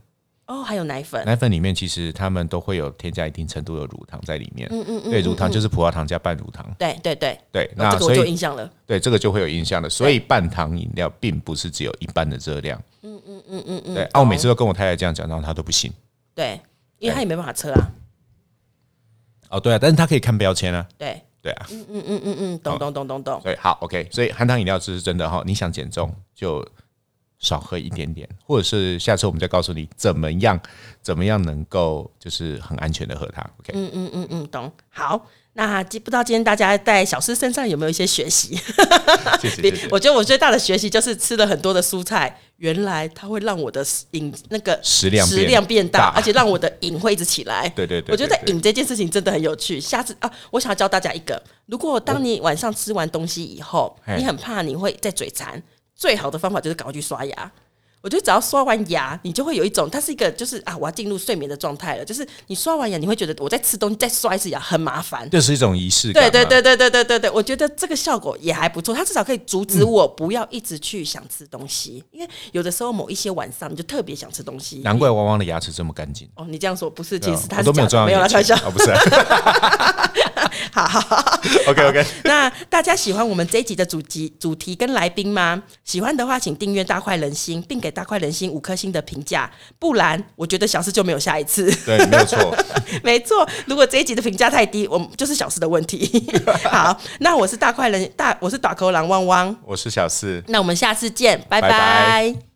Speaker 1: 哦，还有奶粉。
Speaker 2: 奶粉里面其实他们都会有添加一定程度的乳糖在里面。嗯嗯对，乳糖就是葡萄糖加半乳糖。
Speaker 1: 对对对，
Speaker 2: 对，
Speaker 1: 哦
Speaker 2: 那
Speaker 1: 这个我
Speaker 2: 所
Speaker 1: 就有
Speaker 2: 以
Speaker 1: 印象了。
Speaker 2: 对这个就会有印象的。所以半糖饮料并不是只有一半的热量。嗯嗯嗯嗯嗯。对，啊，我每次都跟我太太这样讲，然后她都不信。
Speaker 1: 对，因为他也没办法测啊。
Speaker 2: 哦，对啊，但是她可以看标签啊。
Speaker 1: 对，
Speaker 2: 对啊，
Speaker 1: 嗯嗯嗯嗯，懂懂懂懂懂。
Speaker 2: 所以好，OK，所以含糖饮料这是真的哈。你想减重就少喝一点点，或者是下次我们再告诉你怎么样怎么样能够就是很安全的喝它。OK，
Speaker 1: 嗯嗯嗯嗯，懂。好，那不知道今天大家在小诗身上有没有一些学习？
Speaker 2: 谢谢
Speaker 1: 比
Speaker 2: 谢谢。
Speaker 1: 我觉得我最大的学习就是吃了很多的蔬菜，原来它会让我的瘾那个
Speaker 2: 食量变
Speaker 1: 食量变大，
Speaker 2: 大
Speaker 1: 而且让我的瘾会一直起来。
Speaker 2: 对对对
Speaker 1: 我觉得
Speaker 2: 对对
Speaker 1: 瘾这件事情真的很有趣。下次啊，我想要教大家一个：如果当你晚上吃完东西以后，
Speaker 2: 嘿
Speaker 1: 你很怕你会再嘴馋，最好的方法就是赶快去刷牙。我觉得只要刷完牙，你就会有一种，它是一个就是啊，我要进入睡眠的状态了。就是你刷完牙，你会觉得我在吃东西再刷一次牙很麻烦。
Speaker 2: 这是一种仪式感嘛。
Speaker 1: 对对对对对对对对，我觉得这个效果也还不错，它至少可以阻止我不要一直去想吃东西，因为有的时候某一些晚上你就特别想吃东西。
Speaker 2: 难怪汪汪的牙齿这么干净。
Speaker 1: 哦，你这样说不是，其
Speaker 2: 对啊
Speaker 1: 实它
Speaker 2: 我
Speaker 1: 是
Speaker 2: 都
Speaker 1: 假
Speaker 2: 没有
Speaker 1: 的，
Speaker 2: 装到
Speaker 1: 没有
Speaker 2: 眼
Speaker 1: 啦，开玩笑
Speaker 2: 睛。哦，不是。
Speaker 1: 好好好，好
Speaker 2: OK OK，
Speaker 1: 那大家喜欢我们这一集的主题主题跟来宾吗？喜欢的话，请订阅大快人心，并给大快人心五颗星的评价，不然我觉得小事就没有下一次。
Speaker 2: 对，没有错。
Speaker 1: 没错，如果这一集的评价太低，我们就是小事的问题。好，那我是大快人大，我是打口狼汪汪。
Speaker 2: 我是小四，
Speaker 1: 那我们下次见，拜
Speaker 2: 拜
Speaker 1: 拜
Speaker 2: 拜